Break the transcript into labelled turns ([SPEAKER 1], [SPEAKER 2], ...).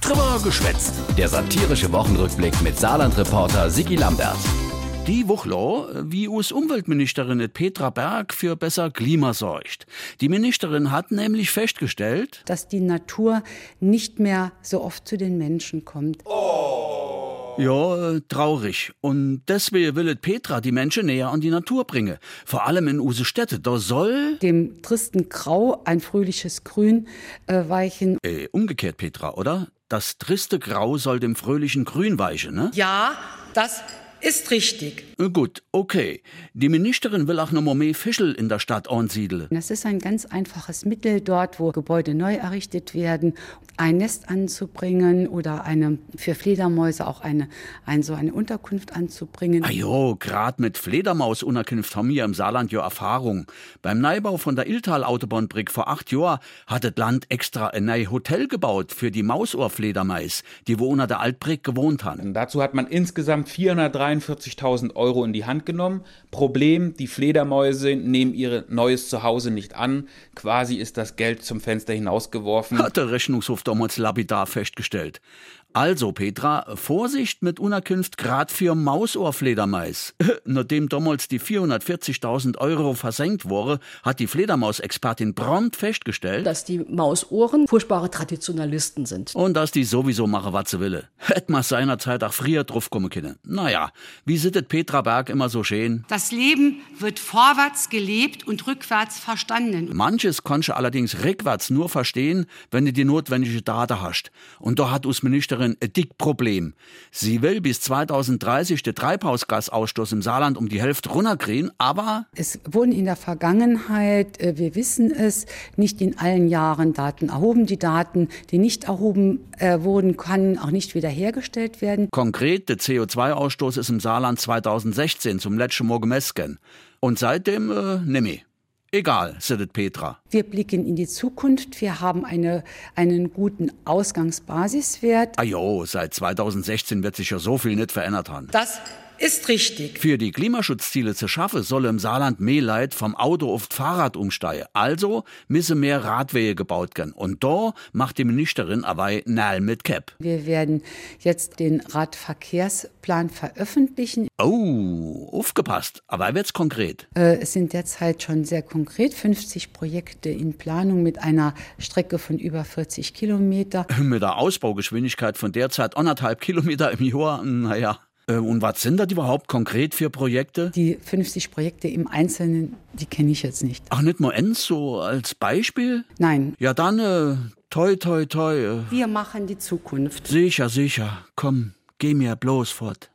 [SPEAKER 1] Drüber geschwätzt. Der satirische Wochenrückblick mit Saarland-Reporter Sigi Lambert.
[SPEAKER 2] Die Wuchlau, wie US-Umweltministerin Petra Berg für besser Klima sorgt. Die Ministerin hat nämlich festgestellt,
[SPEAKER 3] dass die Natur nicht mehr so oft zu den Menschen kommt.
[SPEAKER 2] ja, traurig. Und deswegen will et Petra die Menschen näher an die Natur bringen. Vor allem in use Städte. Da soll,
[SPEAKER 3] Dem tristen Grau ein fröhliches Grün äh, weichen.
[SPEAKER 2] äh, umgekehrt Petra, oder? Das triste Grau soll dem fröhlichen Grün weichen, ne?
[SPEAKER 4] Ja, das ist richtig.
[SPEAKER 2] Äh, Gut, okay. Die Ministerin will auch noch mal mehr Fischel in der Stadt ansiedeln.
[SPEAKER 3] Das ist ein ganz einfaches Mittel dort, wo Gebäude neu errichtet werden, ein Nest anzubringen oder eine, für Fledermäuse auch eine, ein, so eine Unterkunft anzubringen.
[SPEAKER 2] Ah jo, grad mit Fledermausunterkunft haben wir im Saarland jo Erfahrung. Beim Neubau von der Illtal-Autobahnbrück vor acht Jahren hat das Land extra ein neues Hotel gebaut für die Mausohrfledermais, die wo unter der Altbrück gewohnt haben.
[SPEAKER 5] Dazu hat man insgesamt 443.000 Euro in die Hand genommen. Problem, die Fledermäuse nehmen ihr neues Zuhause nicht an. Quasi ist das Geld zum Fenster hinausgeworfen.
[SPEAKER 2] Hat der Rechnungshof damals lapidar festgestellt. Also, Petra, Vorsicht mit Unterkunft grad für Mausohrfledermais. Nachdem damals die 440.000 Euro versenkt wurde, hat die Fledermausexpertin prompt festgestellt,
[SPEAKER 6] dass die Mausohren furchtbare Traditionalisten sind.
[SPEAKER 2] Und dass die sowieso mache, was sie wille. Hätt man seinerzeit auch früher drauf kommen können. Naja, wie sittet Petra Berg immer so schön?
[SPEAKER 4] Das Leben wird vorwärts gelebt und rückwärts verstanden.
[SPEAKER 2] Manches konntest du allerdings rückwärts nur verstehen, wenn du die notwendige Daten hast. Und da hat us Ministerin ein dick Problem. Sie will bis 2030 den Treibhausgasausstoß im Saarland um die Hälfte runterkriegen, aber
[SPEAKER 3] Es wurden in der Vergangenheit, äh, wir wissen es, nicht in allen Jahren Daten erhoben. Die Daten, die nicht erhoben äh, wurden, können auch nicht wiederhergestellt werden.
[SPEAKER 2] konkret, der CO2-Ausstoß ist im Saarland 2016 zum letzten Mal gemessen. Und seitdem, äh, nimmi. Egal, sittet Petra.
[SPEAKER 3] Wir blicken in die Zukunft. Wir haben eine, einen guten Ausgangsbasiswert.
[SPEAKER 2] Ah jo, seit 2016 wird sich ja so viel nicht verändert haben.
[SPEAKER 4] Das ist richtig.
[SPEAKER 2] Für die Klimaschutzziele zu schaffen, soll im Saarland mehr Leid vom Auto auf Fahrrad umsteigen. Also müsse mehr Radwege gebaut werden. Und da macht die Ministerin aber Nal mit Cap.
[SPEAKER 3] Wir werden jetzt den Radverkehrsplan veröffentlichen.
[SPEAKER 2] Oh, aufgepasst. Aber wird's konkret.
[SPEAKER 3] Äh, Es sind derzeit schon sehr konkret 50 Projekte in Planung mit einer Strecke von über 40 Kilometer.
[SPEAKER 2] Mit der Ausbaugeschwindigkeit von derzeit anderthalb Kilometer im Jahr, naja. Äh, Und was sind das überhaupt konkret für Projekte?
[SPEAKER 3] Die 50 Projekte im Einzelnen, die kenne ich jetzt nicht.
[SPEAKER 2] Ach, nicht mal eins so als Beispiel?
[SPEAKER 3] Nein,
[SPEAKER 2] Ja, dann, äh, toi, toi, toi. Äh.
[SPEAKER 3] wir machen die Zukunft.
[SPEAKER 2] Sicher, sicher. Komm, geh mir bloß fort.